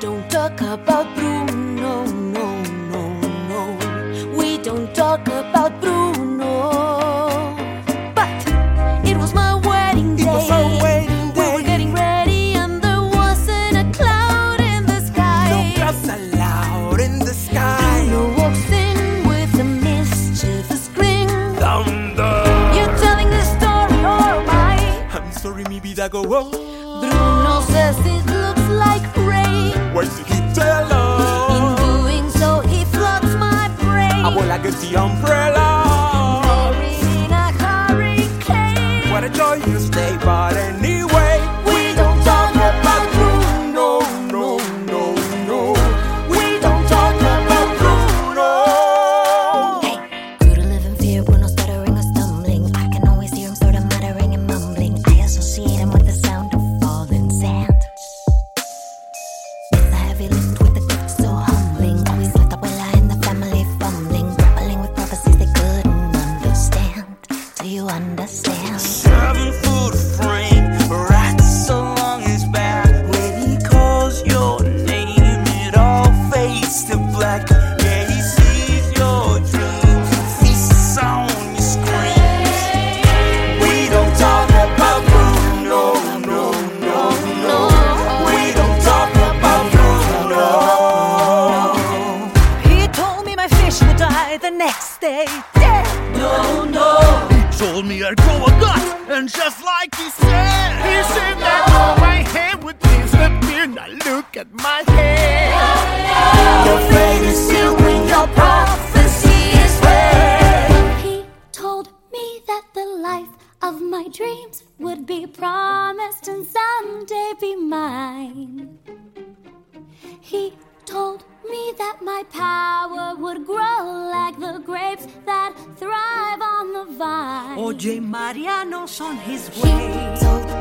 don't talk about Bruno, no, no, no. We don't talk about Bruno. But it was my wedding day. It was our wedding We were day. getting ready, and there wasn't a cloud in the sky. No clouds allowed in the Bruno sky. walks in with a mischievous grin. Thunder. You're telling the story, oh or am I? I'm sorry, mi vida go on. Bruno says it looks like rain. Why she keep telling? In doing so, he floods my brain. Abuela gets the umbrella. Buried in a hurricane. What a joyous day, but anyway, We don't talk about Bruno, no, no, no. We don't talk about Bruno. Grew to live in fear, Bruno's stuttering or stumbling. I can always hear him sort of muttering and mumbling. I associate him with the sound of falling sand. The heavy lift with the gift so humbling. Always left Abuela and the family fumbling. Grappling with prophecies they couldn't understand. Do you understand? Seven foot frame, rats along his back. When he calls your name, it all fades to black. Yeah, he sees your dreams, feasts on your screams. We don't talk about Bruno, no, no, no. Oh, We don't talk about Bruno. He told me my fish would die the next day. Dead. Told me I'd grow a gut, and just like he said, he's in that my hair with his lip beard. Now look at my hair. Your fate is sealed. Your prophecy is real. He told me that the life of my dreams would be promised and someday be mine. He told me that my power would grow like the grapes that thrive on the vine. Mariano's on his He told